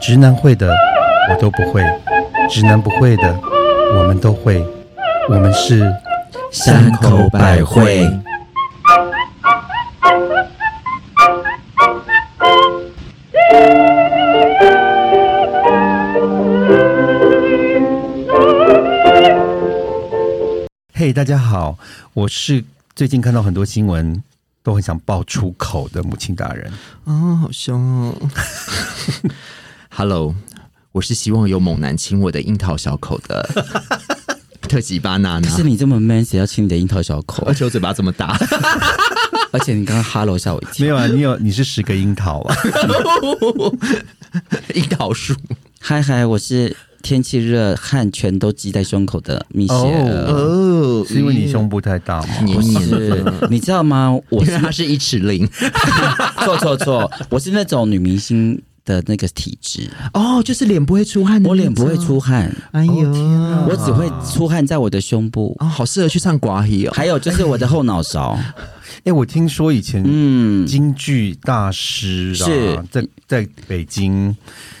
直男会的我都不会，直男不会的我们都会，我们是山口百惠。嘿、大家好，我是最近看到很多新闻都很想爆粗口的母亲大人。哦，好凶哦 ！Hello，我是希望有猛男亲我的樱桃小口 的特级巴娜娜可，是你这么 man，谁要亲你的樱桃小口啊而？且我嘴巴这么大， 而且你刚刚哈喽吓我一 没跳。有啊，你有你是十个樱桃 啊，樱桃树。嗨嗨，我是天气热汗全都积在胸口的蜜雪呃儿。哦是因为你胸部太大吗？黏不黏的，是，你知道吗？我因是为它是一尺零。错错错，我是那种女明星的那个体质，嗯哦，就是脸不会出汗的，我脸不会。出汗，哎呦，嗯啊我只会出汗在我的胸部，哦，好适合去唱寡戏哦。还有就是我的后脑勺。 哎、我听说以前嗯，京剧大师啊是，在在北京，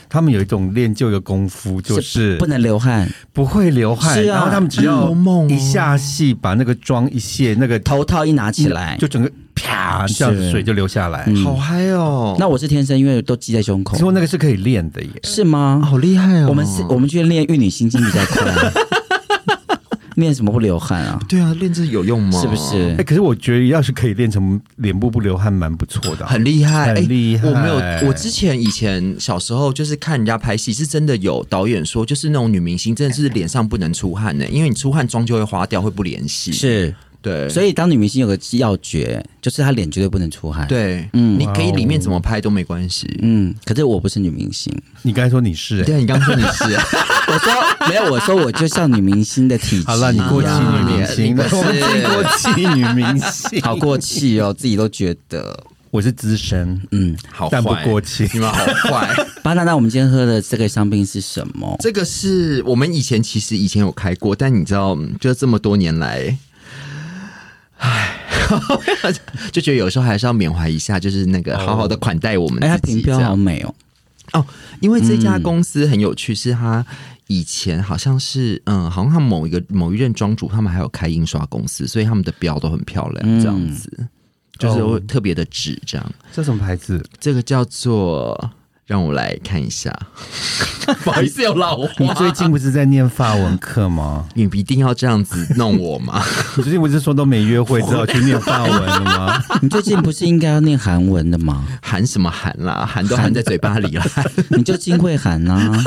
他们有一种练就一个功夫，就是不能流汗，不会流汗，是啊然后他们只要好猛哦一下戏把那个妆一卸，那个头套一拿起来就。整个啪这样子是水就流下来。嗯好嗨哦！那我是天生，因为都积在胸口听，说那个是可以练的耶，是吗？好厉害哦！我们是，我们去练玉女心经比较快， 练什么不流汗啊？对啊，练这有用吗？是不？是哎、？可是我觉得要是可以练成脸部不流汗，蛮不错的啊、很厉害，很哎厉害我没有，我之前以前小时候就是看人家拍戏，是真的有导演说，就是那种女明星真的是脸上不能出汗呢、因为你出汗妆就会花掉，会不联系。，是，对，所以以当女明星有个要诀，就是她脸绝对不能出汗。，对，嗯你可以里面怎么拍都没关系。嗯，可是我不是女明星，你刚才说你是、哎，对，你刚说你是，我说 没有，我说我就像女明星的体质。好了，你过气女明星，你不 是我们自己过气女明星， 好过气哦，自己都觉得。我是资深，嗯，好坏，但不过气你们好坏。巴娜娜，我们今天喝的这个香槟是什么？这个是我们以前其实以前有开过，但你知道，嗯就这么多年来，唉， 就觉得有时候还是要缅怀一下，就是那个好好的款待我们哎，它自己瓶这标好样。美哦。哦，因为这家公司很有趣，是它以前好像是嗯，好像他们某一个某一任庄主，他们还有开印刷公司，所以他们的标都很漂亮，这样子，哦就是会特别的纸这样。这什么牌子？这个叫做。让我来看 一下，不好意思，有老你花。最近不是在念法文课吗？你一定要这样子弄我吗？ 你最近不是说都没约会，只好去念法文了吗？你最近不是应该要念韩文的吗？含什么含啦？含都含在嘴巴里啦，你就金会韩啊，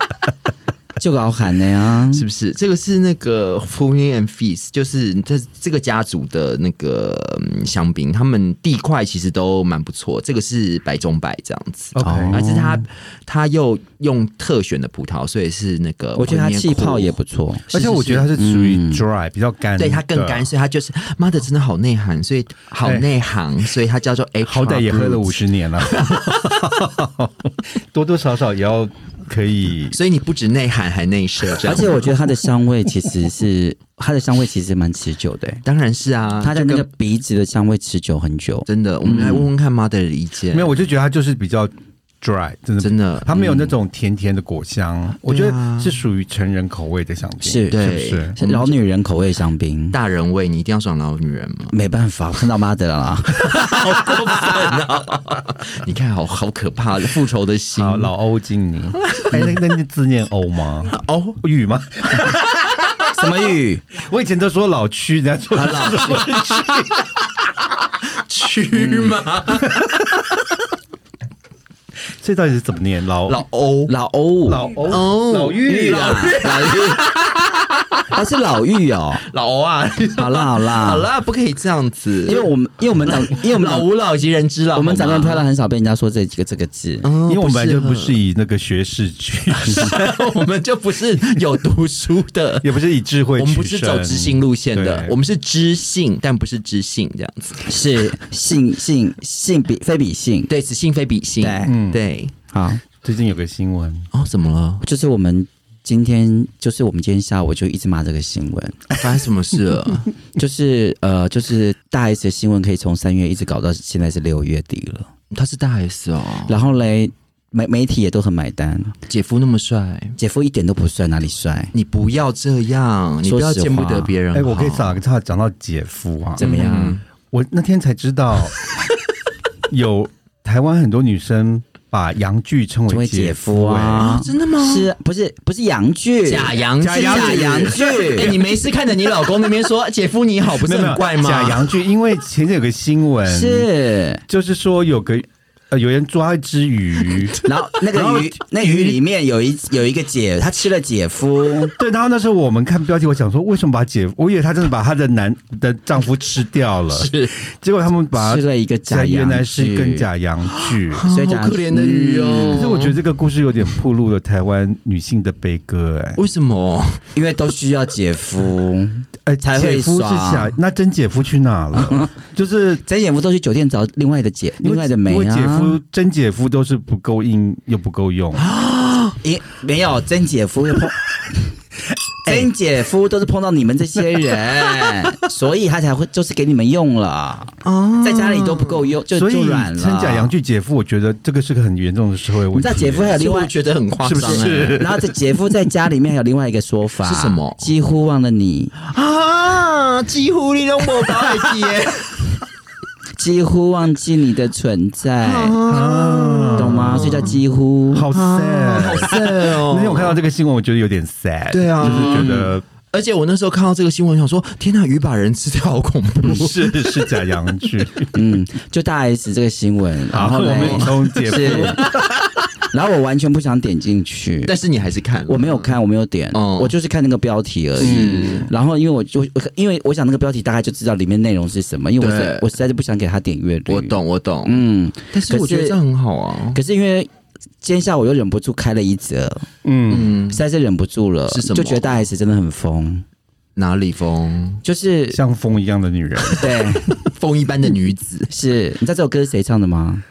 就搞韩的呀。是不是？这个是那个 f u n i and Feast，就是这这个家族的那个、嗯香槟，他们地块其实都蛮不错。这个是白中白这样子 OK 而是哦它它又用特选的葡萄，所以是那个我觉得它 Premier 气泡 Cool 也不错。而且我觉得它是属于 dry，比较干，对它更干，。所以它就是妈的真的好内涵，所以好哎内行，所以它叫做 H。 好歹也喝了五十年了， 多多少少也要可以。所以你不止内涵还内射，这样而且我觉得它的香味其实是它的香味其实蛮持久的、欸，当然是啊，它的就那跟个嗯鼻子的香味持久很久。真的，我们来问问看 mother 的意见。没有，，我就觉得它就是比较 dry，真的真的嗯它没有那种甜甜的果香，我觉得是属于成人口味的香槟，是对啊是是老女人口味香槟，？大人味，你一定要爽老女人吗没办法，我看到妈的了啦。你看，好好可怕的复仇的心。好，老欧敬你，哎，那那那字念欧吗？哦，语吗？ 什么语？我以前都说老区，人家说老去吗？这到底是怎么念？老老欧，老欧，老欧哦老玉啊，啦，老玉， 还是老玉哦。老欧啊！好啦好啦， 好啦，不可以这样子，因为我们因为我们长因为我们老长吾老以及人之老，我们长得好很吗漂，亮，很少被人家说这几个这个字。因因为我们本来就不是以那个学士取胜，。我们就不是有读书的 也不是以智慧取胜，我们不是走知性路线的对，我们是知性，但不是知性这样子。是性 性性比非比性。对，此性非彼性。对嗯对，对。好，最近有个新闻，哦，怎么了？就是我们今天，就是我们今天下午就一直骂这个新闻，发生什么事 了？就是呃，就是大 S 的新闻可以从三月一直搞到现在是六月底了。他是大 S 哦，然后嘞，媒媒体也都很买单。姐夫那么帅，姐夫一点都不帅，哪里帅？你不要这样，你不要说实见不话得别人哎、好。我可以讲他讲到姐夫啊，怎么样？嗯我那天才知 道，有台湾很多女生把洋剧称成为为姐姐夫哎啊？哦真的吗是啊，不是不是洋剧？假洋假剧，洋假剧洋剧。 哎，你没事看着你老公那边说“ 姐夫你好”，不是没有没很有怪吗？假洋剧，因为前阵有个新闻，是。就是说有个呃有人抓一只 鱼，然后那个鱼，那鱼里面有一有一个姐，她吃了姐夫，对，然后那时候我们看标题，我想说为什么把姐，我以为她真的把她的男的丈夫吃掉了， 是结果他们把吃了一个假才洋剧，原来是跟假洋 剧。所以讲哦好可怜的鱼哦。可是我觉得这个故事有点暴露了台湾女性的悲歌、哎为什么？因为都需要姐夫，哎，才姐会夫是爽假，那真姐夫去哪 了？就是真姐夫都去酒店找另外的姐，因另为外的美因为啊。姐夫真姐夫都是不够硬又不够用，啊诶，没有真姐夫又 碰，真姐夫都是碰到你们这 些人，所以他才会就是给你们用了，哦在家里都不够用，就所以就软了。真假洋剧姐夫，我觉得这个是个很严重的社会问你题。知道姐夫还有所以啊另我外觉得很夸张是不哎是然后这姐夫在家里面还有另外一个说法是什么几乎忘了你，哎啊！几乎你都我搞来 接，几乎忘记你的存在，哦嗯懂吗？所以叫几乎。啊好 sad，对那天我看到这个新闻，我觉得有点 sad，哦对啊就是觉嗯得而且我那时候看到这个新闻，想说：天呐，鱼把人吃掉，好恐怖！是是假洋剧。嗯，就大 S 这个新闻， 然后我呢们从姐夫是， 然后我完全不想点进去，但是你还是看了，我没有看，我没有点，嗯我就是看那个标题而已。然后因为我就我因为我想那个标题大概就知道里面内容是什么，因为我实在对我实在是不想给他点阅率。我，懂，我懂。嗯，但是可我觉得是这样很好啊。可是因为。今天下午我又忍不住开了一折，嗯，嗯实，在是忍不住了，是什么就觉得大 S 真的很疯，哪里 风？就是像风一样的女人， 对，，风一般的女 子是你知道这首歌是谁唱的吗？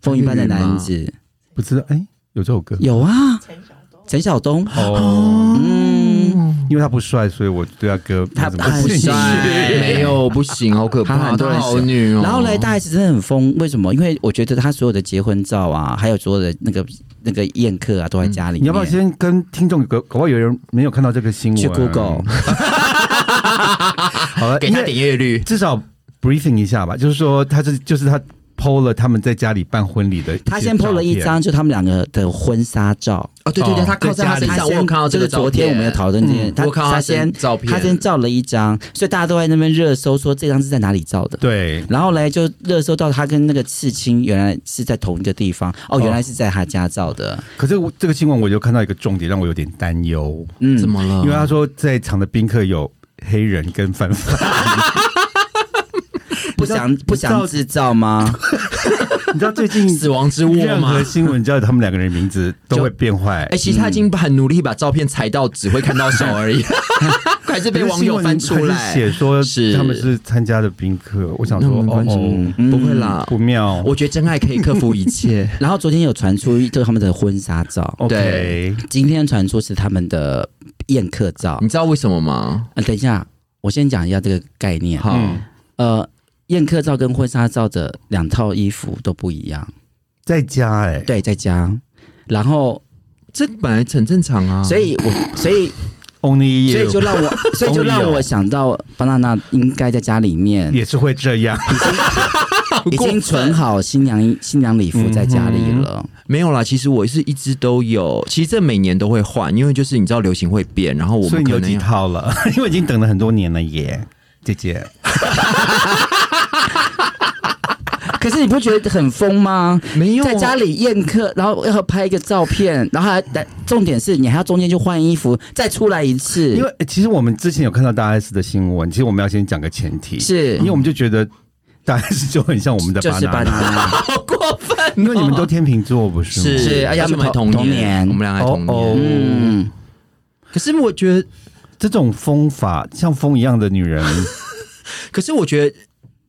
风一般的男子不知道哎，有这首歌有啊，陈晓东，哦，嗯，因为他不帅，所以我对他歌没他什么他很兴趣帅没有不行，好可他怕，很多人她好女哦。然后嘞，大 S 真的很疯，为什么？因为我觉得她所有的结婚照啊，还有所有的那个那个宴客啊，都在家里嗯面。你要不要先跟听众搞搞不好有人没有看到这个新闻？去 Google？好了，给她因为点阅率，至少 briefing 一下吧，就是说他是就是他 PO 了他们在家里办婚礼的一些照片，她先 PO 了一张，就他们两个的婚纱照。哦，对对对，哦她靠在她身在她上，我先有看到这个就是昨天我们有讨论这件，嗯我看到她她先先照片她先照了一张，所以大家都在那边热搜说这张是在哪里照的。对，然后嘞，就热搜到她跟那个刺青原来是在同一个地方，哦，哦原来是在她家照的。可是我这个新闻我就看到一个重点，让我有点担忧，嗯，怎么了？因为他说在场的宾客有黑人跟反 反，不想不你知道想制造吗？你知道最近死亡之握任何吗？新闻，只要有他们两个人名字都会变 坏哎，。其实他已经很努力把照片裁到只会看到手 而已，还是被网友翻出可是新闻还来是。写说是他们是参加的宾客，我想说那没哦关系哦，嗯不会啦，不妙我觉得真爱可以克服一 切。然后昨天有传出就是他们的婚纱照，哦，OK，对今天传出是他们的宴客照。你知道为什么吗？呃，等一下，我先讲一下这个概念。好，嗯呃，宴客照跟婚纱照的两套衣服都不一样。在家哎，对，在家。然后，这本来很正常啊。所以我，所以， ，Only 所以 You 就让我，所以就让我想到，巴娜娜应该在家里面也是会这样，已过经分存好新娘新娘礼服在家里了。没有啦，其实我是一直都有，其实这每年都会换，因为就是你知道流行会变，然后我所以你们可有能几要套了？ 因为已经等了很多年了耶，姐姐。可是你不觉得很疯吗？没有啊在家里宴客，然后要拍一个照片，然后还重点是你还要中间就换衣服，再出来一次，因为欸其实我们之前有看到大 S 的新闻，其实我们要先讲个前提，是因为我们就觉得大 S 就很像我们的就是巴巴拿，拿，好过分哦、 因为你们都天秤座不是吗？哎是是哎而且他们同同同年我们俩还同年。哦哦嗯，可是我觉得，这种风法，像风一样的女人，可是我觉得。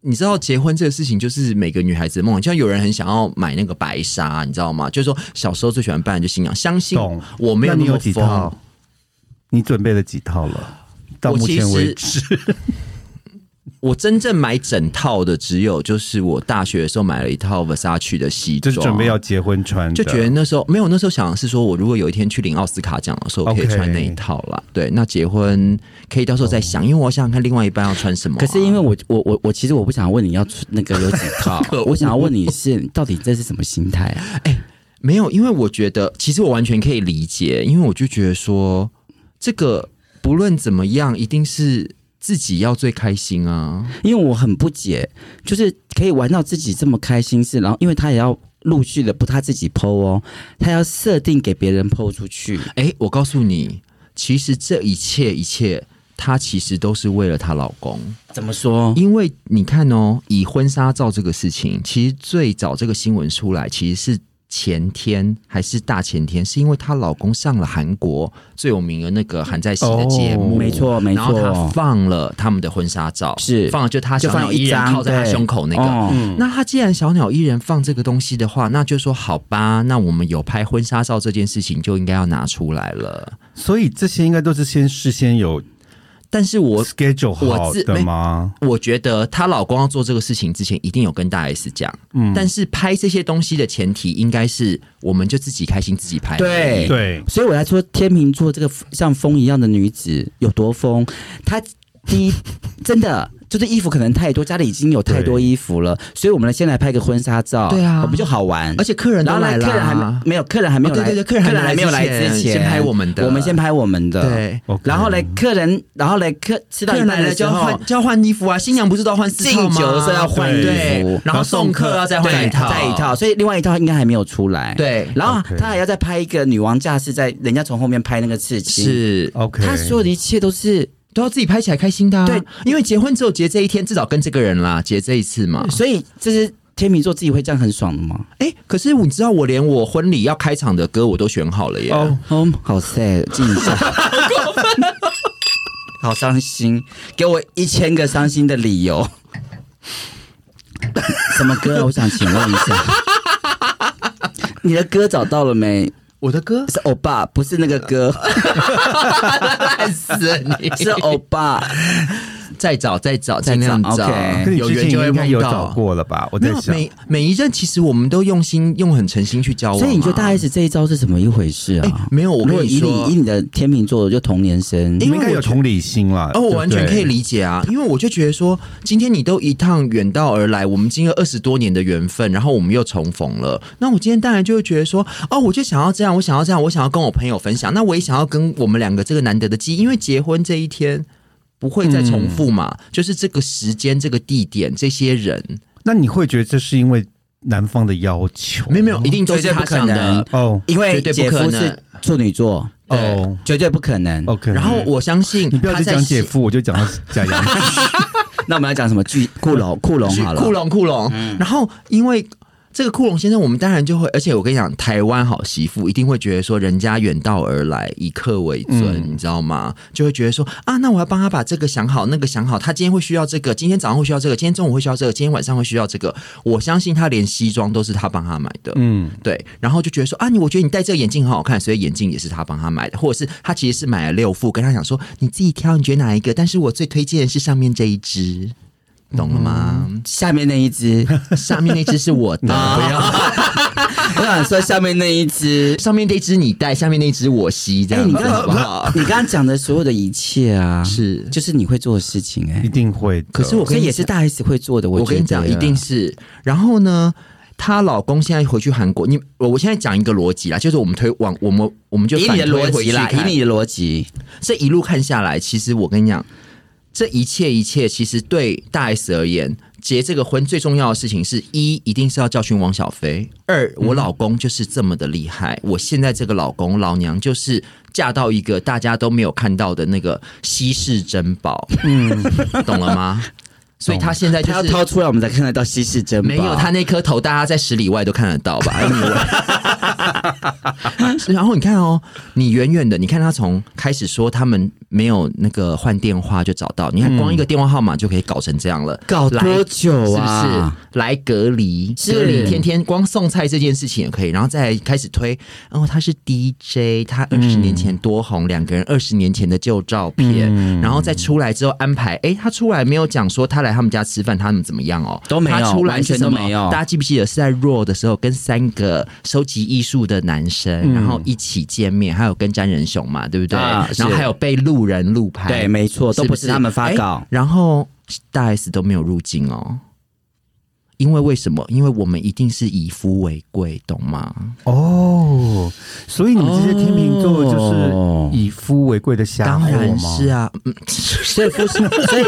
你知道结婚这个事情就是每个女孩子的梦，像有人很想要买那个白纱，你知道吗？就是说小时候最喜欢扮的就是新娘。相信懂我没有那你那有么几疯套，？你准备了几套了？到我目其前为实止， 我真正买整套的只有就是我大学的时候买了一套 Versace 的西就装，是准备要结婚穿的，就觉得那时候没有，那时候想的是说，我如果有一天去领奥斯卡奖的时候，我可以 OK 穿那一套啦。对，那结婚可以到时候再想，因为我想想看另外一半要穿什么啊、可是因为我我我我其实我不想问你要出那个有几套可恶，我想要问你是到底这是什么心态啊？没有，因为我觉得其实我完全可以理解，因为我就觉得说，这个不论怎么样，一定是自己要最开心啊。因为我很不解，就是可以玩到自己这么开心是，然后因为他也要陆续的不他自己剖哦，他要设定给别人剖出去。哎，我告诉你，其实这一切一切，她其实都是为了她老公。怎么说？因为你看哦，以婚纱照这个事情，其实最早这个新闻出来，其实是前天还是大前天，是因为她老公上了韩国最有名的那个韩在熙的节目，哦没错没然后他错，放了他们的婚纱照，是放了就他就小鸟放依一人张靠在他对胸口那个。哦那他既然小鸟依人放这个东西的话，那就说好吧，那我们有拍婚纱照这件事情就应该要拿出来了。所以这些应该都是先事先有但是我 schedule 好我自的吗？我觉得她老公要做这个事情之前，一定有跟大 S 讲。嗯，但是拍这些东西的前提，应该是我们就自己开心自己拍。对对，所以我来说，天秤座这个像风一样的女子有多疯？她第一真的。就是衣服可能太多，家里已经有太多对衣服了，所以我们来先来拍个婚纱照，对啊我们就好玩，而且客人都然后来呢了啊客人还没没有，客人还没有哦对来，对对客人还没来没有来之前之前，先拍我们的我们先拍我们的，对。 OK 然后嘞，客人，然后嘞，客吃到客一人来半了的就时要候换，就要换衣服啊，新娘不是都要换四敬套吗？酒的时候要换衣对服，然后送客要再换一套，再一套，。所以另外一套应该还没有出来，。对，然后 OK 他还要再拍一个女王架势，在人家从后面拍那个刺青，是 OK，他所有的一切都是，都要自己拍起来开心的、啊。对，因为结婚只有结这一天，至少跟这个人啦，结这一次嘛。所以这是天秤座自己会这样很爽的吗？哎、可是你知道，我连我婚礼要开场的歌我都选好了耶。哦，哦，好 sad，静一 下，好过分、好伤心，给我一千个伤心的理由。什么歌啊？我想请问一下，你的歌找到了没？我的歌是欧巴，不是那个歌， 烂死了你！是啊欧 巴。再找再找，尽量再找找，OK 可，你有之缘前就会应该有梦找到。过了吧？我没在有想，每每一任，其实我们都用心，用很诚心去交往啊、所以你觉得大 S 这一招是怎么一回事啊？哎、没有，我如果跟你以说你以，你的天秤座就同年生，你们应该有同理心了。哦，我完全可以理。理解啊，因为我就觉得说，今天你都一趟远道而来，我们经过二十多年的缘分，然后我们又重逢了，那我今天当然就会觉得说，哦，我就想要这样，我想要这样，我想要跟我朋友分享，那我也想要跟我们两个这个难得的记忆，因为结婚这一天。不会再重复嘛？就是这个时间、这个地点、这些人，那你会觉得这是因为男方的要求？没有没有，一定都绝对是他不可想能的。哦因为绝对不姐可夫能是处女座，哦绝对不可能。 ，OK。然后我相信你不要他再在讲姐写夫，我就讲到假 洋芋。那我们要讲什么巨库龙库龙好了，库龙库龙。然后因为这个库龙先生，我们当然就会，而且我跟你讲，台湾好媳妇一定会觉得说，人家远道而来，以客为尊，嗯你知道吗？就会觉得说啊，那我要帮他把这个想好，那个想好，他今天会需要这个，今天早上会需要这个，今天中午会需要这个，今天晚上会需要这个。我相信他连西装都是他帮他买的，嗯，对，然后就觉得说啊，你我觉得你戴这个眼镜很好看，所以眼镜也是他帮他买的，或者是他其实是买了六副，跟他讲说你自己挑，你觉得哪一个？但是我最推荐的是上面这一只，懂了吗？下面那一只，上面那只是我的， 啊不要。我想说下面那一只 上面那只你戴，下面那只我吸，这哎、样你子刚好不好？刚你刚刚讲的所有的一切 啊，是就是你会做的事情哎、一定会的。可是我这跟你也是大 S 会做的，我觉跟你讲，得一定是。然后呢，她老公现在回去韩国，你我我现在讲一个逻辑啦，就是我们推往我们我们就以反你的推逻回辑去啦，以看你的逻辑，这一路看下来，其实我跟你讲，这一切一切，其实对大 S 而言，结这个婚最重要的事情是一，一定是要教训王小飞；二，嗯我老公就是这么的厉害，我现在这个老公老娘就是嫁到一个大家都没有看到的那个稀世珍宝，嗯， 懂了吗？所以他现哎在就他要是掏出来我们才看得到稀世珍宝。没有他那颗头，大家在十里外都看得到吧？ 然后你看哦，你远远的，你看他从开始说他们没有那个换电话就找到。你看，光一个电话号码就可以搞成这样了，搞来多久啊？是不是？来隔离，是隔离天天光送菜这件事情也可以，然后再开始推。哦，他是 DJ，他二十年前多红，两个人二十年前的旧照片，嗯然后再出来之后安排。哎，他出来没有讲说他来他们家吃饭，他们怎么样哦？都没有他出来完全是什么都没有大家记不记得是在 Raw 的时候，跟三个收集艺术的男生，然后一起见面，还有跟詹仁雄嘛，对不对？嗯啊然后是还有被路人路拍，对，没错，都不是他们发诶稿。哎然后大 S 都没有入境哦。因为为什么？因为我们一定是以夫为贵，懂吗？哦，所以你们这些天秤座哦就是以夫为贵的瞎当货然吗？是啊， 嗯所以夫妻，所以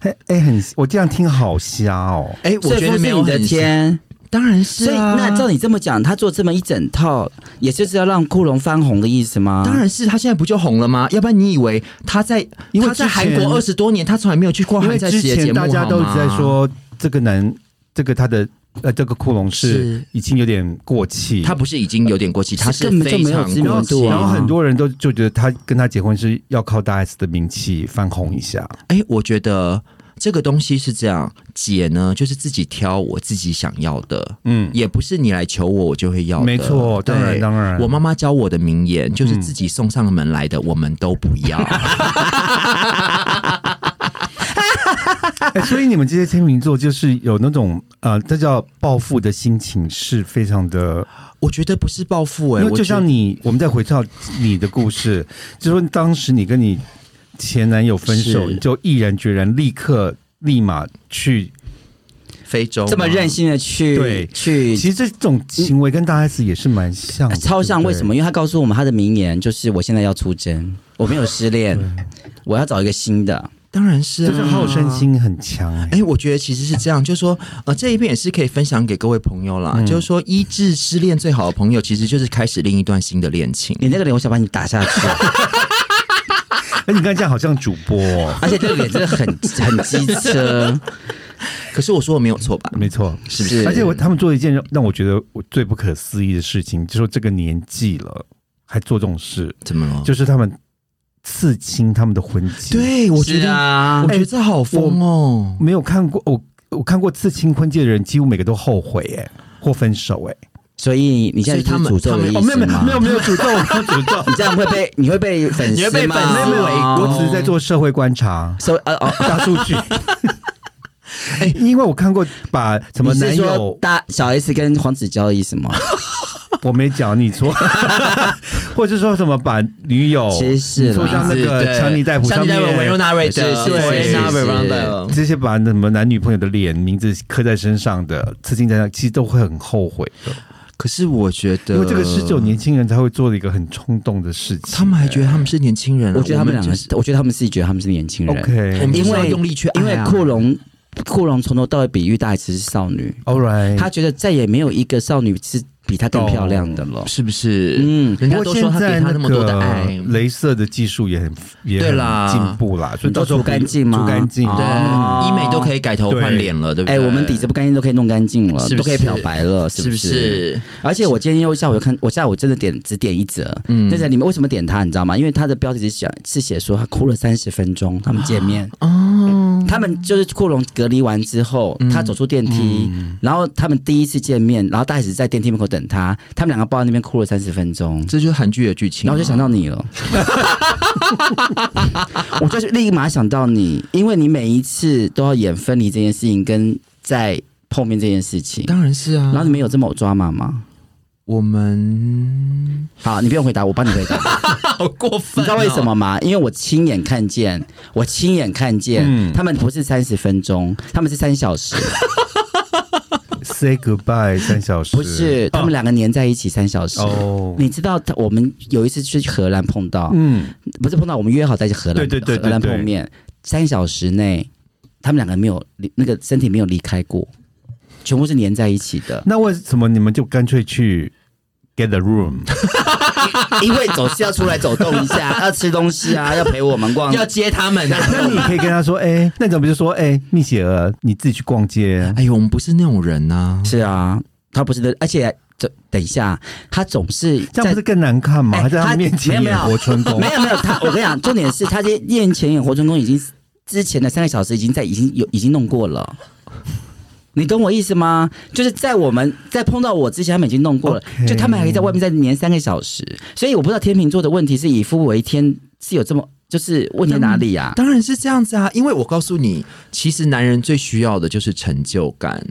哎、哎很，我这样听好瞎哦。哎、所我以觉夫得妻没有你的很，天，当然所是以啊。那照你这么讲，他做这么一整套，也就是要让库龙翻红的意思吗？当，然是他现在不就红了吗？要不然你以为他在因为他在之前韩国二十多年，他从来没有去过因韩为在之实的节前目，大家都一直好在吗，说这个男，这个他的呃，这个库龙是是已经有点过气，他不是已经有点过气，他根本就非没有常知名过度气啊然后很多人都就觉得他跟他结婚是要靠大 S 的名气翻红一下。哎，我觉得这个东西是这样，姐呢就是自己挑我自己想要的，嗯，也不是你来求我，我就会要的。没错当然对当然我妈妈教我的名言就是自己送上门来的，我们都不 要。 哎，所以你们这些天秤座就是有那种呃，这叫报复的心情是非常的，我觉得不是报复、哎，因为我就觉得像你，我们再回到你的故事，就说当时你跟你前男友分手，是你就毅然决然立刻立马去。非洲这么吗任性的去对去其实这种行为跟大 S 也是蛮像的，嗯哎超像，对不为对什么？？因为他告诉我们他的名言就是：“我现在要出征，我没有失恋，我要找一个新的。当然是、啊，就是好胜心很强哎、哎、嗯我觉得其实是这样，就是说，呃，这一边也是可以分享给各位朋友嗯啦。就是说，医治失恋最好的朋友，其实就是开始另一段新的 恋情”。你那个脸，我想把你打下去。哎，你刚才这样好像主 播、哦，而且这个脸真的很很机车，可是我说我没有错吧？没错，是不是？而且我他们做一件让让我觉得我最不可思议的事情，就说这个年纪了还做这种事，怎么哦了？就是他们刺青他们的婚戒。，对，我觉是得，啊我觉得这好疯哦。没有看过我我看过刺青婚戒的人，几乎每个都后悔哎、或分手哎、哦所以你现在是诅咒的意思吗？哦没有诅咒，没有诅 咒你这样会被你会被粉丝吗你会被粉丝没有，哦，我只是在做社会观察所以呃哦，大数 据。哎，因为我看过把什么你是男说友，大小 S 跟黄子佼的意思吗？我没讲你 说，或者说什么把女友，其实是啦你说像那个强尼戴普上强尼面戴维维罗纳瑞德，是是维是纳是维罗纳这些把什么男女朋友的脸、名字刻在身上的刺青在上，其实都会很后悔的，可是我觉得，因为这个是只有年轻人才会做的一个很冲动的事情。他们还觉得他们是年轻人啊，我觉得他们两就个是，我觉得他们自己觉得他们是年轻人 OK 我们就是因要为用力去爱因啊为库龙库龙从头到尾比喻大 S 是少女， All right，嗯他觉得再也没有一个少女是比她更漂亮的了。是不是？哦嗯人家不都过说现他在给他那那么多的爱，个镭射的技术也很也对很啦进步啦，所以你都到时候除干净吗除干净，哦对，医美都可以改头换脸了，对不哎、对？我们底子不干净都可以弄干净了，是不是都可以漂白了，是是不是？是？而且我今天又下午又看，我下午真的点只点一则，嗯，但是你们为什么点它，你知道吗？因为它的标题是写是写说他哭了三十分钟，他们见面，哦，嗯他们就是库龙隔离完之后，他走出电梯，然后他们第一次见面，然后大 S 在电梯门口等他，他们两个抱在那边哭了三十分钟，这就是韩剧的剧情然啊。后我就想到你了， 我就是立马想到你，因为你每一次都要演分离这件事情跟再碰面这件事情，当然是啊，然后你们有这么抓马吗？我们好，你不用回答，我帮你回答。好过你分知道为什？么吗？因为我亲眼看见，我亲眼看见，嗯他们不是三十分钟，他们是三小时， ，say goodbye 三小时，不是他们两个黏在一起三小时。哦，你知道他，我们有一次去荷兰碰到，嗯，不是碰到，我们约好在荷兰，对对对对荷兰对，碰面，三小时内，他们两个没有离那个身体没有离开过，全部是粘在一起的 那为什么你们就干脆去 get the room？因为总是要出来走动 一下，要吃东西啊，要陪我们逛。要接他们啊！ 那你可以跟他说，哎、那你怎么就说，哎、蜜雪儿，你自己去逛街，啊哎呦，我们不是那种人呐。啊是啊，他不是的，而且这等一下，他总是这样在不是更难看吗？哎还在他面前演没有没有活春宫， 没有没有，他我跟你讲，重点是他在面前演活春宫已经之前的三个小时已经在已经有已经弄过了。你懂我意思吗？就是在我们在碰到我之前，他们已经弄过了 OK 就他们还可以在外面再黏三个小时，所以我不知道天秤座的问题是以夫为天是有这么就是问题哪里呀、当然是这样子啊，因为我告诉你，其实男人最需要的就是成就感，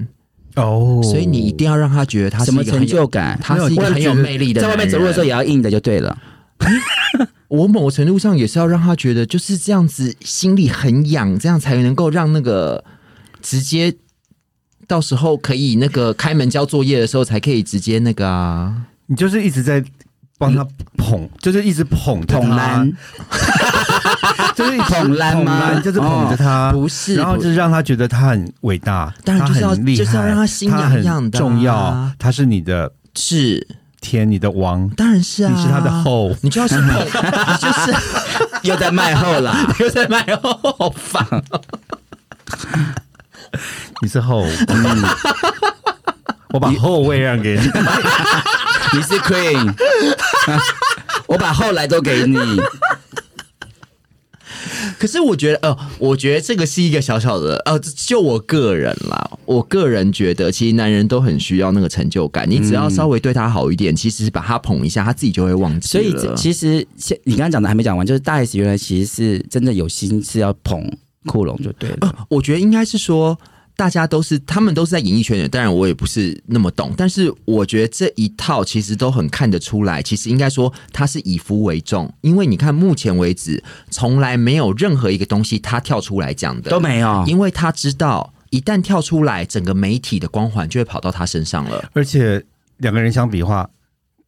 哦，所以你一定要让他觉得他是什一么个成很有就感？他是没一个有很有我觉得魅力的在外面男走路的时候人也要硬的就对了。我某程度上也是要让他觉得就是这样子，心里很痒，这样才能够让那个直接到时候可以那个开门交作业的时候才可以直接那个啊。你就是一直在帮他捧，就是一直捧着他捧男，就是一直捧篮吗捧篮就是捧着他，哦不是然后就是让他觉得他很伟大，当然就是要他很厉害，就是要让他心痒痒的啊他很重要，他是你的是，天，你的王，当然是啊，你是他的后， 你就要是捧，你就是又在卖后啦，又在卖后，好烦哦。你是后，嗯，我把后位让 给你，你是 Queen，我把后来都给你。可是我觉得，呃，我觉得这个是一个小小的，呃，就我个人啦，我个人觉得，其实男人都很需要那个成就感。你只要稍微对他好一点，其实把他捧一下，他自己就会忘记所以这了。其实现你刚刚讲的还没讲完，就是大 S 原来其实是真的有心是要捧库龙就对了。我觉得应该是说，大家都是，他们都是在演艺圈的，当然我也不是那么懂，但是我觉得这一套其实都很看得出来。其实应该说，他是以夫为重，因为你看目前为止，从来没有任何一个东西他跳出来讲的都没有，因为他知道一旦跳出来，整个媒体的光环就会跑到他身上了。而且两个人相比的话，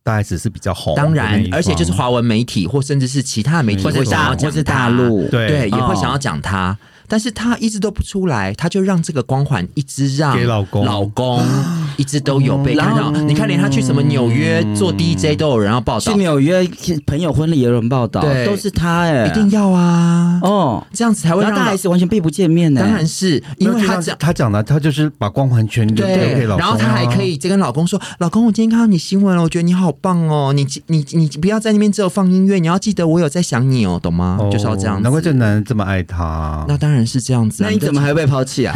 大 S 是比较红的当那然一，方，而且就是华文媒体或甚至是其他的媒体或会是想大要或讲是大他陆，对对，也哦会想要讲他。但是他一直都不出来，他就让这个光环一直让给老公老 公一直都有被哦看到。你看，连他去什么纽约嗯做 DJ 都有人要报道去，纽约朋友婚礼也有人报道，对都是他哎、一定要啊，哦。这样子才会然让后大老。 S 完全避不见面呢、欸当然是因因为为他他这样。他讲的，他就是把光环全留给老公啊，然后她还可以再跟老公说：“老公，我今天看到你新闻了，我觉得你好棒哦，你你你不要在那边只有放音乐，你要记得我有在想你哦，懂吗？”哦。就是要这样子。难怪这男人这么爱她。那当然是这样子、啊。那你怎么还会被抛弃啊？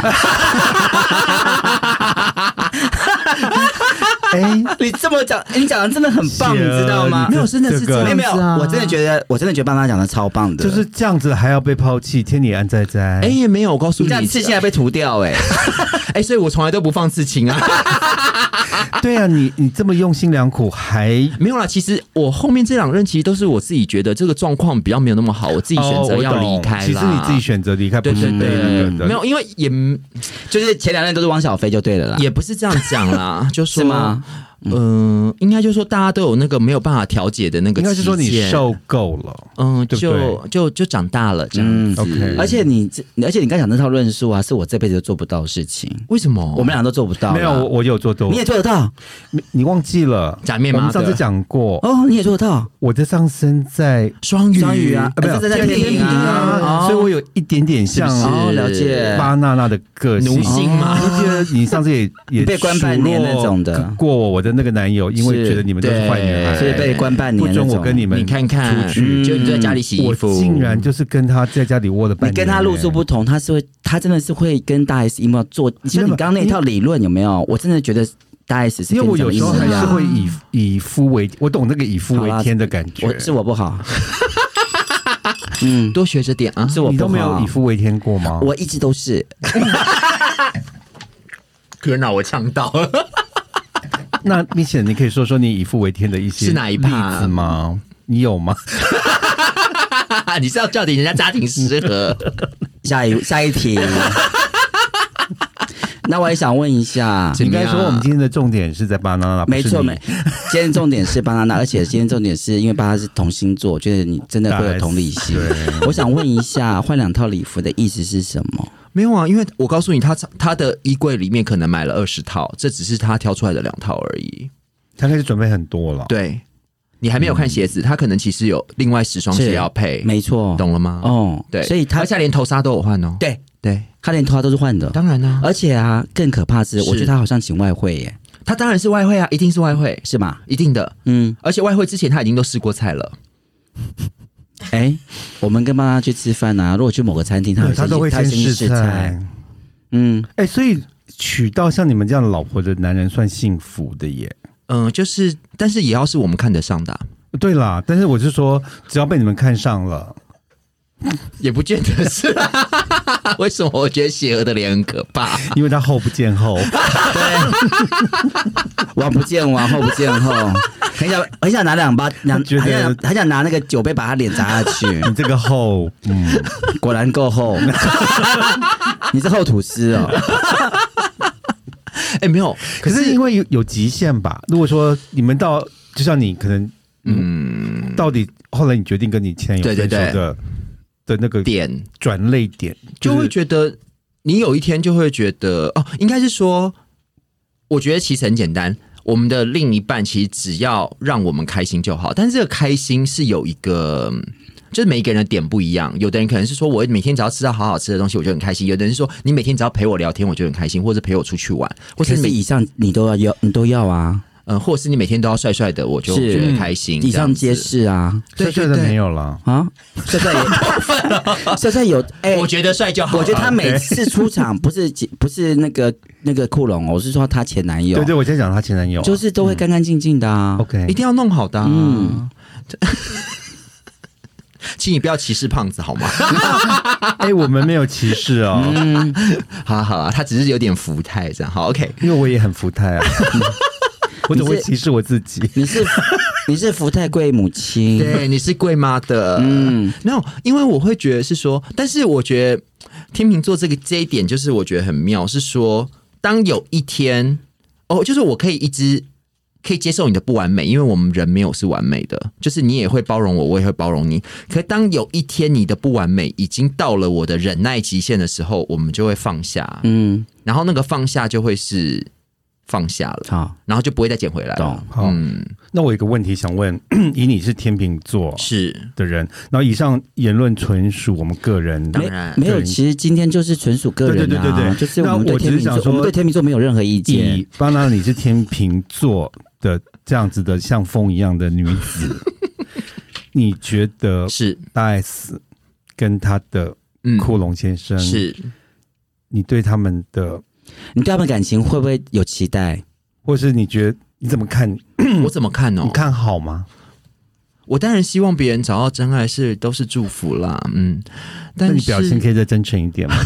哎， 你这么讲，哎你讲的真的很棒，你啊知道吗？没有真的是这这样个没有没有子啊，我真的觉得，我真的觉得爸妈讲的超棒的，就是这样子还要被抛弃，天理安在哉？哎、也没有，我告诉你你，这样刺青还被涂掉哎、 哎、所以我从来都不放刺青啊。对啊，你你这么用心良苦，还没有啦，其实我后面这两任其实都是我自己觉得这个状况比较没有那么好，我自己选择要离哦我懂开啦、其实你自己选择离开，对不是对被对那个的没有，因为 也就是前两任都是汪小菲就对了啦，也不是这样讲 啦，就说是吗？嗯、应该就说大家都有那个没有办法调解的那个应该期限，是说你受够了。嗯，对不就就就长大了这样嗯子。 OK 而且你这，而且你刚讲那套论述啊，是我这辈子都做不到的事情，为什么我们俩都做不到啦。哦没有，我我有做多，你也做得到你你忘记了？假面我吗？们上次讲过，哦，你也做得到。我的上身在双鱼，双鱼啊呃没有上身在天天平平啊啊，哦所以我有一点点像是不哦，是了解。巴娜娜的个性奴性嘛我就觉得你上次也也你 被关半年那种的数落过我我的那个男友，因为是觉得你们都是坏女孩，对所以被关半年不那准种，我跟你们你看看，出去嗯就你在家里洗衣我服，竟然就是跟他在家里窝了半你年。跟他路数不同，他是会，他真的是会跟大 S 一模做。像你刚刚那一套理论有没有？我真的觉得大 S 是因为跟我你讲有的一时候还是模一样。会以以夫为，我懂那个以夫好为啦天的感觉。我是我 不好，嗯，多学着点啊。 是我你不都没有好以，夫为天过吗？我一直都是。可让我呛到 了，那明显你可以说说你以夫为天的一些是哪一例趴啊子吗？你有吗？你是要叫点人家家庭失和？下一下 一题。那我也想问一下，怎应么样该说我们今天的重点是在巴娜娜，没错没没，今天重点是巴娜娜，而且今天重点是因为巴娜是同星座，我觉得你真的会有同理心。我想问一下，换两套礼服的意思是什么？没有啊，因为我告诉你，他他的衣柜里面可能买了二十套，这只是他挑出来的两套而已。他开始准备很多了。对，你还没有看鞋子，他可能其实有另外十双是鞋要配，没错，懂了吗？哦，对，所以他而且连头纱都有换哦。对对，他连头发都是换的，当然啦、而且啊，更可怕是，是我觉得他好像请外汇耶，他当然是外汇啊，一定是外汇，是吗？一定的。嗯，而且外汇之前他已经都试过菜了，哎、我们跟妈妈去吃饭啊，如果去某个餐厅，她对他都会她先先试菜菜。。嗯，哎、所以娶到像你们这样的老婆的男人算幸福的耶。嗯、就是，但是也要是我们看得上的啊、对啦，但是我是说，只要被你们看上了，也不见得 是啦。为什么我觉得邪恶的脸很可怕？因为他后不见后，王不见王，后不见后，很想很想拿两巴，两觉很得想很想拿那个酒杯把他脸砸下去。 你这个后，嗯，果然够厚， 你是厚吐司哦。哎、没有，可是因为有有极限吧？如果说你们到，就像你可能，嗯，到底后来你决定跟你前男友对分对手对的的那个点转泪点，就会是觉得你有一天就会觉得哦，应该是说，我觉得其实很简单，我们的另一半其实只要让我们开心就好，但是这个开心是有一个。嗯就是每一个人的点不一样，有的人可能是说我每天只要吃到好好吃的东西，我就很开心；有的人是说你每天只要陪我聊天，我就很开心，或者陪我出去玩，或可是是每以上你都要要，你都要啊，呃，或者是你每天都要帅帅的，我就是觉得开心。以上这样皆子，是啊帅帅对的对对没有了。啊！帅帅也帅帅有哎，我觉得帅就好了。我觉得他每次出场不是不是那个那个库龙哦，我是说他前男友，对对，我先讲她前男友啊，就是都会干干净净的啊。 OK，一定要弄好的、啊。嗯嗯， 请你不要歧视胖子好吗？哎、我们没有歧视 哦，嗯，好啊好啊，他只是有点福态这样。好，OK，因为我也很福态 啊，我怎么会歧视我自己？你是你是福太贵母亲，对，你是贵妈的。嗯嗯，那因为我会觉得是说，但是我觉得天秤座这个这一点就是我觉得很妙，是说当有一天哦，就是我可以一直。可以接受你的不完美，因为我们人没有是完美的，就是你也会包容我，我也会包容你。可当有一天你的不完美已经到了我的忍耐极限的时候，我们就会放下。嗯，然后那个放下就会是放下了，好，然后就不会再捡回来了。懂嗯，那我有个问题想问， 以你是天秤座是的人，然后以上言论纯属我们个人，当然哎没有，对其实今天就是纯属个人对啊，对对对对就是我们那对我只天是秤想座，说我们对天秤座没有任何意见以，巴娜你是天秤座的这样子的像风一样的女子， 你觉得是，大 S 跟她的嗯，库龙先生，是你对他们的，你对他们感情会不会有期待？ 或是你觉得你怎么看？我怎么看哦嗯你？看好吗？我当然希望别人找到真爱是都是祝福啦，嗯，那但你表现是可以再真诚一点吗？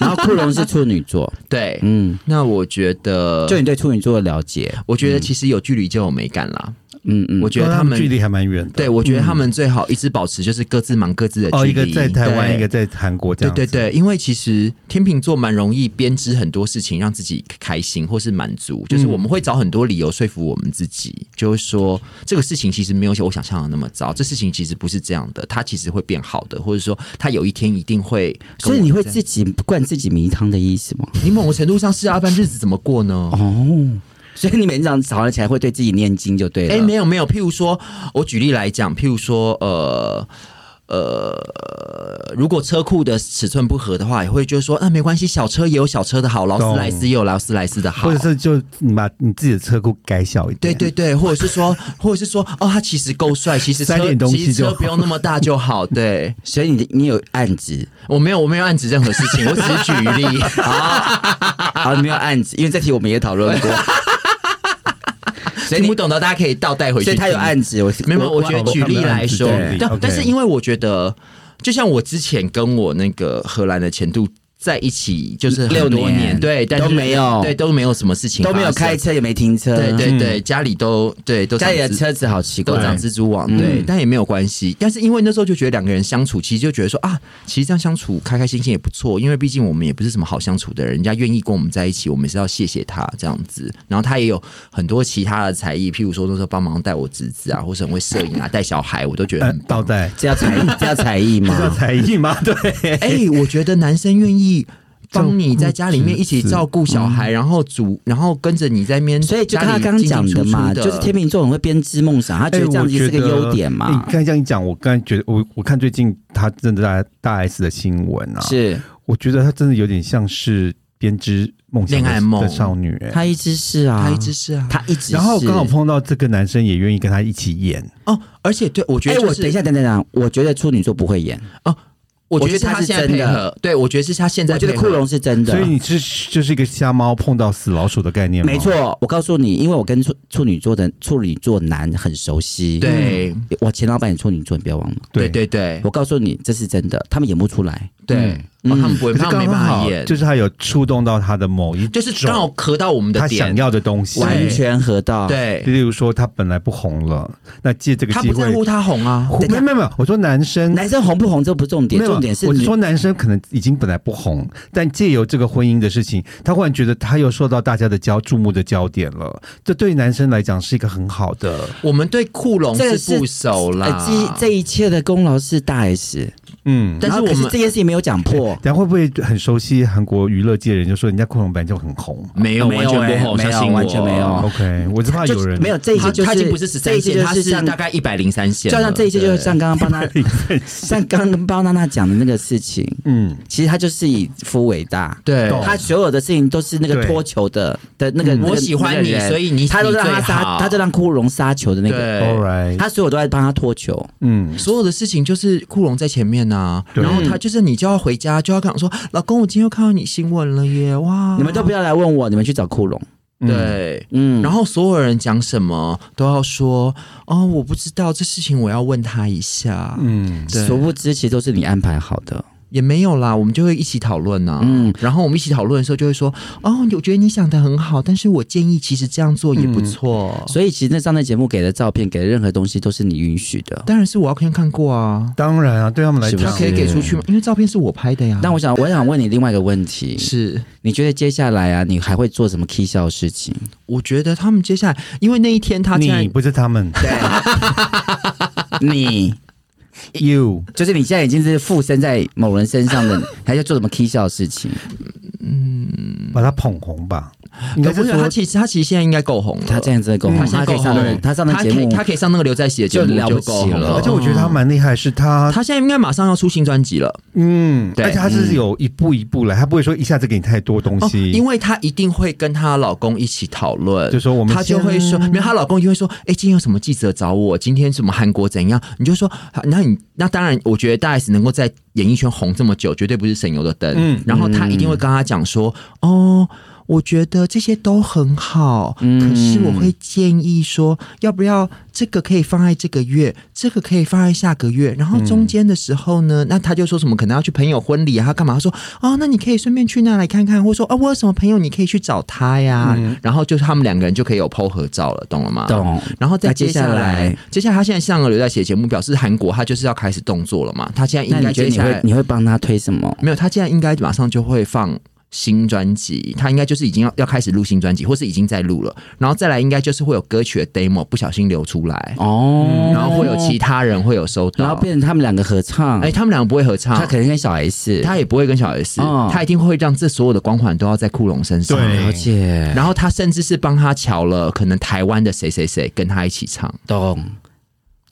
然后库龙是处女座，对，嗯，那我觉得 就你对处女座的了解，嗯我觉得其实有距离就有美感啦。嗯 嗯，我觉得因为他他啊们距离还蛮远的，对，我觉得他们最好一直保持就是各自忙各自的距离。哦，一个在台湾，对一个在韩国，这对样子对对，因为其实天秤座蛮容易编织很多事情让自己开心或是满足，就是我们会找很多理由说服我们自己，就是说这个事情其实没有我想象的那么糟，这事情其实不是这样的，它其实会变好的，或者说它有一天一定会跟我所们在。以你会自己灌自己迷汤的意思吗？你某个程度上是啊，不然日子怎么过呢？哦，所以你每天早上早上起来会对自己念经就对了。哎、没有没有，譬如说，我举例来讲，譬如说，呃呃，如果车库的尺寸不合的话，也会就是说，那、啊没关系，小车也有小车的好，劳斯莱斯也有劳斯莱斯的好，或者是就你把你自己的车库改小一对点，对对， 或者是说，或者是说，哦，他其实够 帅，其实塞车点东西其实就车好不用那么大就好。对所以你你有案子 我没有我没有暗指任何事情，我只 是举例。啊？你没有案子，因为这 题我们也讨论过，所以你不懂的，大家可以倒带回去。所以他有案子。我没有，没有我觉得举例来说，我我我但我但是因为我觉得，就像我之前跟我那个荷兰的前度在一起，就是很六多年对，但是都没有对，都没有什么事情都没有发生开，车也没停车，对对对，家里都对都家里的长知车子好奇都怪，长蜘蛛嗯网，对，但也没有关系。但是因为那时候就觉得两个人相处，其实就觉得说啊，其实这样相处开开心心也不错，因为毕竟我们也不是什么好相处的人，人家愿意跟我们在一起，我们也是要谢谢他这样子。然后他也有很多其他的才艺，譬如说那时候帮忙带我侄子啊，或是很会摄影啊，带小孩，我都觉得呃很，倒棒。带这叫才这叫才艺这 叫吗？才艺 吗？对，哎、我觉得男生愿意。帮你在家里面一起照顾小孩，然后煮，然后跟着你在那边，所以就跟他刚刚嗯进进讲出的出嘛，的就是天秤座很会编织梦想，他觉哎得这样我子是个优点觉得哎嘛你，刚才这样一讲，我刚才觉得我我看最近他真的大大 S 的新闻啊，是我觉得他真的有点像是编织梦想的恋爱梦的少女、哎他一直是啊，他一直是啊，他一直是。然后刚好碰到这个男生也愿意跟他一起演，哦，而且对我觉哎、得、就是，我等一下，等等等，我觉得处女座不会演，哦，我觉我得觉得是他他是现在真配的合，对我觉得是他现在我觉得配合库龙是真的啊所以。你是就是一个瞎猫碰到死老鼠的概念吗？没，错，我告诉你，因为我跟处处女座的处女座男很熟悉。，对我前老板也处女座，你不要忘了。对对对对我告诉你，这是真的，他们演不出来。对，嗯哦他们不会，可是他们没刚办法好演，就是他有触动到他的某一，就是刚好磕到我们的他想点，要的东西。完全合到，对，例如说他本来不红了，那借这个他机不会在，乎他红啊，没有没有没有，我说男生。男生红不红这不重点，没有重点是我女说男生可能已经本来不红，但借由这个婚姻的事情，他忽然觉得他又受到大家的焦注目的焦点了。这对男生来讲是一个很好的，我们对库龙这个是是不熟啦呃，，这这一切的功劳是大 S，嗯。但是然后我可是们这件事情没有讲 破。等下会不会很熟悉韩国娱乐界的人就说人家库龙本来就很红没有没完有全欸不红，没有相信我完全没有哦？OK，我只怕有人没有这一他切就是他已经不是十这三一切线，就他是是像大概一百零三线了，就像这一切，就是对像刚刚 帮他， 像刚刚帮娜娜讲的那个事情，嗯，其实他就是以夫为大。对懂他所有的事情都是那个对脱球的的那个，嗯那个我喜欢你那个人所以你他都让他你最好杀，他就让库龙杀球的那个， ，All 对。哦 right，他所有都在帮他脱球。嗯，所有的事情就是库龙在前面呐、对然后他就是你就要回家，就要跟我说，老公，我今天又看到你新闻了耶，哇！你们都不要来问我，你们去找库龙。嗯，对，嗯，然后所有人讲什么都要说哦，我不知道这事情，我要问他一下。嗯，对哦殊不知其实都是你安排好的。也没有啦，我们就会一起讨论呐、嗯然后我们一起讨论的时候就会说哦，我觉得你想的很好，但是我建议其实这样做也不错。所以其实那上那节目给的照片，给的任何东西都是你允许的。当然是我要先看过啊，当然啊，对他们来是不讲，是他可以给出去吗？因为照片是我拍的呀。但我想，我想问你另外一个问题：是你觉得接下来啊，你还会做什么 K 笑的事情？我觉得他们接下来，因为那一天他竟然你不是他们你，you 就是你现在已经是附身在某人身上的，还要做什么 K 笑的事情？把他捧红吧，应该我是不是说他其实他其实现在应该够红了，他这样子的够嗯红，他现在他可以够上那红个了他上那他节可以目，他可以上那个刘在熙的节目就了不够红起了而且我觉得他蛮厉害，是哦他，他现在应该马上要出新专辑了，嗯，对而且他是有一步一步来，他不会说一下子给你太多东哦，西，因为她一定会跟她老公一起讨论，就说我们她就先会说，没有，她老公就会说，哎、今天有什么记者找我？今天什么韩国怎样？你就说，啊那你那当然，我觉得大 S 能够在演艺圈红这么久，绝对不是省油的灯。嗯然后她一定会跟她讲说，哦。我觉得这些都很好，嗯可是我会建议说，要不要这个可以放在这个月，这个可以放在下个月，然后中间的时候呢，嗯那他就说什么可能要去朋友婚礼啊，他干嘛？他说哦，那你可以顺便去那来看看，或说啊、我有什么朋友你可以去找他呀，然后就是他们两个人就可以有 PO 合照了，懂了吗？嗯懂。然后再那接接下下来来，接下来他现在上个留在写节目，表示韩国他就是要开始动作了嘛，他现在那应该你觉得接你下会来嗯你会帮他推什么？没有，他现在应该马上就会放新专辑，他应该就是已经要要开始录新专辑，或是已经在录了，然后再来应该就是会有歌曲的 demo 不小心流出来，哦，然后会有其，他人会有收然后到，变成他们两个合唱，哎、他们两个不会合唱，他可能跟小 S，他也不会跟小 S，、哦他一定会让这所有的光环都要在库龙身上。对了解然后他甚至是帮他瞧了，可能台湾的谁谁谁跟他一起唱。懂。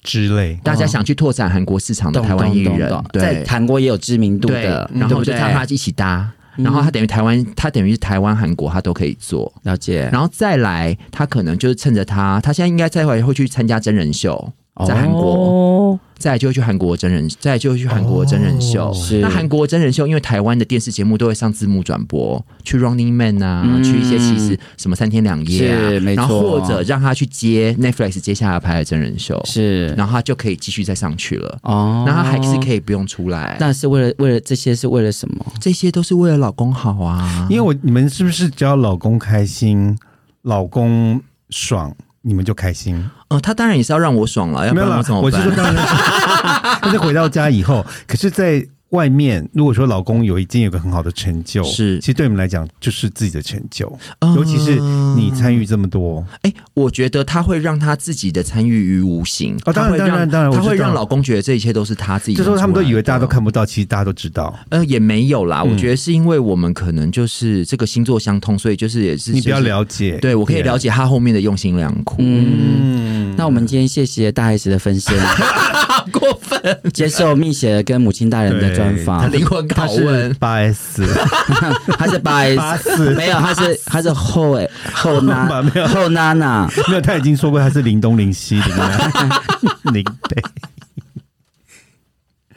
之类，大家想去拓展韩国市场的哦懂台湾艺懂懂人懂，对在韩国也有知名度对的，嗯然对嗯后不就对让他一起搭，然后他等于台湾，他等于是台湾、韩国他都可以做。了解。然后再来，他可能就是趁着他，他现在应该再回会去参加真人秀，在韩国，哦再来就会去韩国真人，再来就会去韩国真人秀。是那韩国真人秀，因为台湾的电视节目都会上字幕转播，去 Running Man 啊，嗯去一些其实什么三天两夜啊是，没错然后或者让他去接 Netflix 接下来拍的真人秀，是然后他就可以继续再上去了。哦，那他还是可以不用出来，但是为了为了这些是为了什么？这些都是为了老公好啊。因为我你们是不是只要老公开心，老公爽，你们就开心？呃，他当然也是要让我爽哎了，要不没有然啦我怎，么我是说办？当然， 但是回到家以后，可是，在外面，如果说老公有已经有个很好的成就，是其实对你们来讲就是自己的成就，嗯尤其是你参与这么多，哎、我觉得他会让他自己的参与于无形，哦当然他会让当然当然我他知道会让老公觉得这一切都是他自己这时弄出来候的。啊他们都以为大家都看嗯不到，其实大家都知道。呃也没有啦，我觉得是因为我们可能就是这个星座相通，所以就是也是你比较，就是了解，对我可以了解。解他后面的用心良苦，嗯，嗯，那我们今天谢谢大 S 的分身， 过分。接受蜜雪儿跟母亲大人的专访他灵魂他拷是呃问，八 S，他是八 S，八四没有，他是他是后诶后后妈娜没有后娜娜，没有，他已经说过他是林东林西林 南 林北。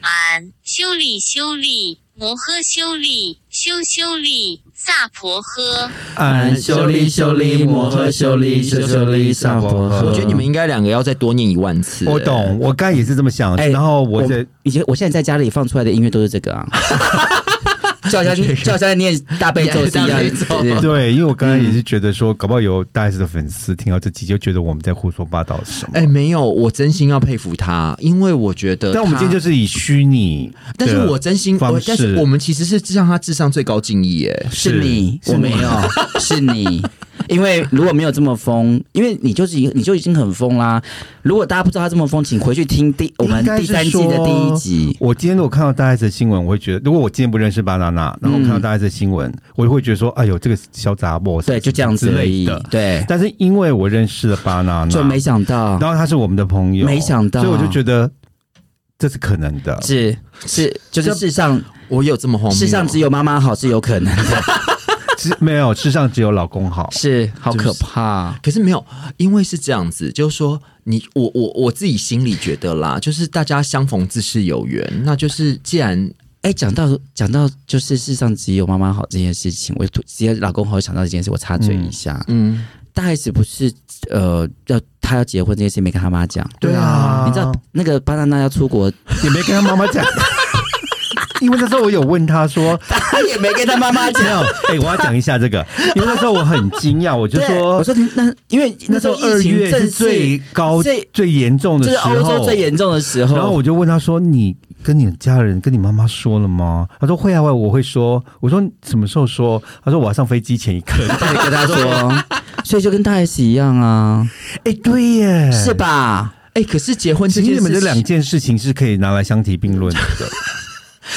俺修理修理摩诃修理修修理萨婆诃。嗯，修利修利摩诃修利修修利萨婆诃我觉得你们应该两个要再多念一万次。我懂，我刚才也是这么想，哎然后我在以前我现在在家里放出来的音乐都是这个啊，叫一下叫一下念大悲咒是一样大悲的咒对对对对，因为我刚才也是觉得说，搞不好有大 S 的粉丝听到这集就觉得我们在胡说八道什么。哎、没有，我真心要佩服他，因为我觉得。但我们今天就，是以虚拟的方式，但是我真心，我但是我们其实是让他致上最高敬意耶。是你，是我没有，是你。因为如果没有这么疯，因为你就是已你就已经很疯啦。如果大家不知道他这么疯，请回去听第我们应该第是三季的第一集。我今天如果看到大 S 的新闻，我会觉得，如果我今天不认识巴娜娜，然后我看到大 S 的新闻，我就会觉得说，哎呦，这个小杂货，嗯对，就这样子之而类已的。。对，但是因为我认识了巴娜娜，就没想到然后他是我们的朋友，没想到所以我就觉得这是可能的。是是就是这世上我有这么荒谬？世上只有妈妈好是有可能的，只没有，世上只有老公好。是啊好就可是怕。可是没有，因为是这样子，就是说你我我我自己心里觉得啦，就是大家相逢自是有缘，那就是既然哎，讲到讲到就是世上只有妈妈好这件事情，我突直接老公好想到这件事，我插嘴一下，嗯，大 S 不是呃要她要结婚这件事没跟她妈讲，对啊你知道那个巴娜娜要出 国，也没跟他妈妈 讲，因为那时候我有问他说，她也没跟她妈 妈没有，哎、我要讲一下这个，因为那时候我很惊讶，我就对，说我。说那因为那那时时候候二疫月情正是式最高、最最严重的就时是候，欧洲最严重的时候，然后我就问他说：“你跟你家人、跟你妈妈说了吗？”他说：“会啊，会啊。”我会说。我说：“什么时候说？”他说：“我要上飞机前一刻。再跟她 说，所以就跟大 S 一样啊，”哎、对耶，是？吧？哎、可是结婚其这实件你事们这情两件事情是可以拿来相提并论的。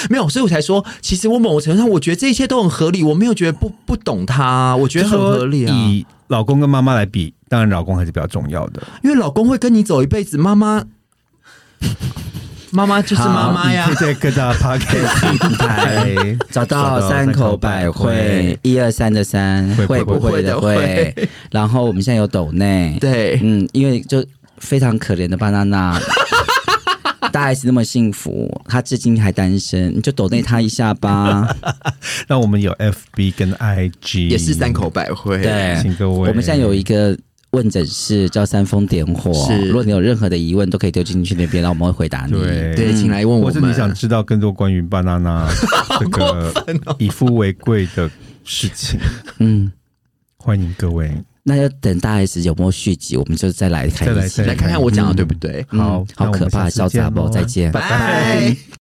没有，所以我才说，其实我某程度上我觉得这一切都很合理，我没有觉得不不懂他，我觉得就很说合理啊，以老公跟妈妈来比，当然老公还是比较重要的。因为老公会跟你走一辈子，妈妈。妈妈就是妈妈呀你，可以在各大 podcast 平台找到三口百惠，，一二三的三，会会不不会会的的会。然后我们现在有抖内，，对，嗯，因为就非常可怜的巴娜 娜，大 S 那么幸福，她至今还单身，你就抖内她一下吧。那我们有 FB 跟 IG，也是三口百惠，对，请各位我们现在有一个。问诊室叫煽风点火，是如果你有任何的疑问，都可以丢进去那边，然后我们会回答你。对对，请来问我嗯或者们。你 想知道更多关于 banana 这个以夫为贵的事情，嗯，欢迎各位。那要等大 S 有没有续集，我们就再来开再来一集再。来看看我讲的对不对？好嗯那好我们可下怕，次小见杂包，咯再见。 拜拜。